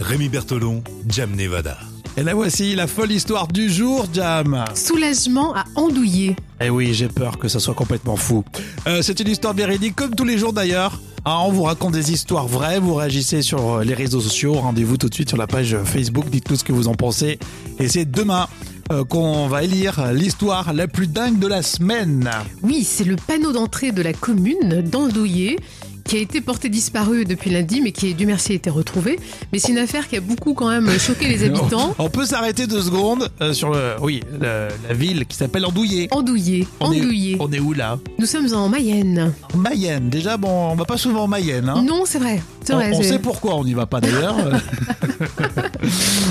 Rémi Bertolon, Jam Nevada. Et la voici, la folle histoire du jour, Jam. Soulagement à andouiller. Eh oui, j'ai peur que ça soit complètement fou. Euh, c'est une histoire véridique, comme tous les jours d'ailleurs. Hein, on vous raconte des histoires vraies, vous réagissez sur euh, les réseaux sociaux, rendez-vous tout de suite sur la page euh, Facebook, dites-nous ce que vous en pensez. Et c'est demain euh, qu'on va élire l'histoire la plus dingue de la semaine. Oui, c'est le panneau d'entrée de la commune d'Andouillé qui a été porté disparu depuis lundi, mais qui, Dieu merci, a été retrouvé. Mais c'est une affaire qui a beaucoup quand même choqué les habitants. On peut s'arrêter deux secondes euh, sur le, oui, le- la ville qui s'appelle Andouillé. Andouillé, On est- Andouillé. On est où là Nous sommes en Mayenne. Mayenne. Déjà, bon, on va pas souvent en Mayenne. Hein non, c'est vrai. C'est On, vrai. on c'est- sait pourquoi on n'y va pas d'ailleurs.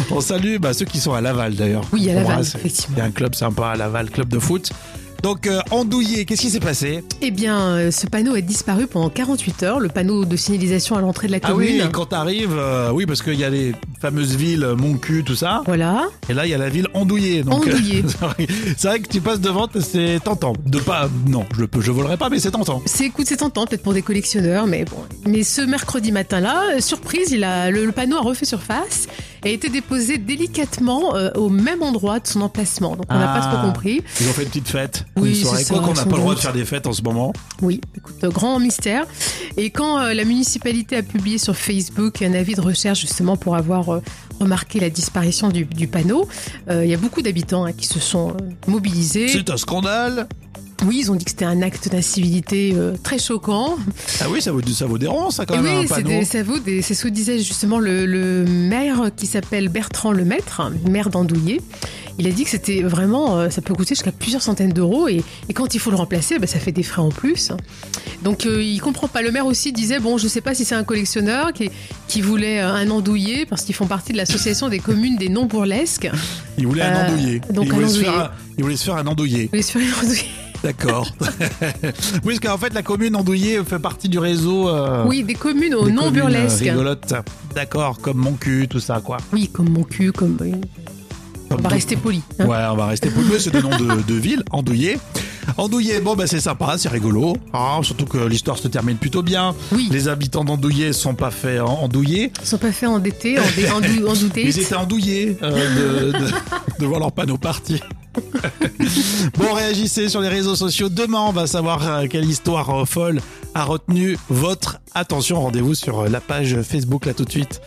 on salue bah, ceux qui sont à Laval d'ailleurs. Oui, à On Laval, embrasse. effectivement. Il y a un club sympa à Laval, club de foot. Donc euh, Andouillé, qu'est-ce qui s'est passé Eh bien, euh, ce panneau a disparu pendant 48 heures, le panneau de signalisation à l'entrée de la Ah commune. oui, et quand t'arrives, euh, oui parce qu'il y a les fameuses villes euh, Moncu, tout ça. Voilà. Et là il y a la ville Andouillé. Donc, euh, Andouillé. c'est vrai- c'est vrai que tu passes devant, c'est tentant. De pas, non, je peux, je volerai pas, mais c'est tentant. C'est écoute, c'est tentant peut-être pour des collectionneurs, mais bon. Mais ce mercredi matin-là, euh, surprise, il a le, le panneau a refait surface et a été déposé délicatement euh, au même endroit de son emplacement. Donc on n'a Ah. pas trop compris. Ils ont fait une petite fête. Oui, une soirée. c'est Quoi ça, qu'on n'a sans pas le droit de doute. faire des fêtes en ce moment. Oui, écoute, euh, grand mystère. Et quand euh, la municipalité a publié sur Facebook un avis de recherche justement pour avoir euh, remarqué la disparition du, du panneau, euh, il y a beaucoup d'habitants hein, qui se sont euh, mobilisés. C'est un scandale. Oui, ils ont dit que c'était un acte d'incivilité euh, très choquant. Ah oui, ça vaut, ça vaut des ronds, ça quand Et même. un oui, c'est panneau. des- ça vaut des- c'est ce que disait justement le, le maire qui s'appelle Bertrand Lemaître, maire d'Andouillé. Il a dit que c'était vraiment, euh, ça peut coûter jusqu'à plusieurs centaines d'euros et, et quand il faut le remplacer, bah, ça fait des frais en plus. Donc euh, il comprend pas. Le maire aussi disait bon, je sais pas si c'est un collectionneur qui, qui voulait euh, un andouillé parce qu'ils font partie de l'association des communes des non burlesques. Il voulait un Euh, andouillé. donc il, un voulait se faire andouillé. un, il voulait se faire un andouillé. Les sur- D'accord. oui, parce qu'en fait, la commune andouillé fait partie du réseau. euh, Oui, des communes aux des non communes, euh, burlesques. rigolotes. D'accord, comme mon cul, tout ça, quoi. Oui, comme mon cul, comme. euh, On Comme va tout- rester poli. hein. Ouais, on va rester poli. C'est le nom de, de ville, Andouillé. Andouillé, bon, bah, c'est sympa, c'est rigolo. Ah, surtout que l'histoire se termine plutôt bien. Oui. Les habitants d'Andouillé sont pas faits en- endouillés. Ils sont pas faits endetter, endé- endou- endouter. Ils étaient endouillés euh, de, de- de voir leur panneau parti. bon, réagissez sur les réseaux sociaux. Demain, on va savoir euh, quelle histoire euh, folle a retenu votre attention. Rendez-vous sur euh, la page Facebook là tout de suite.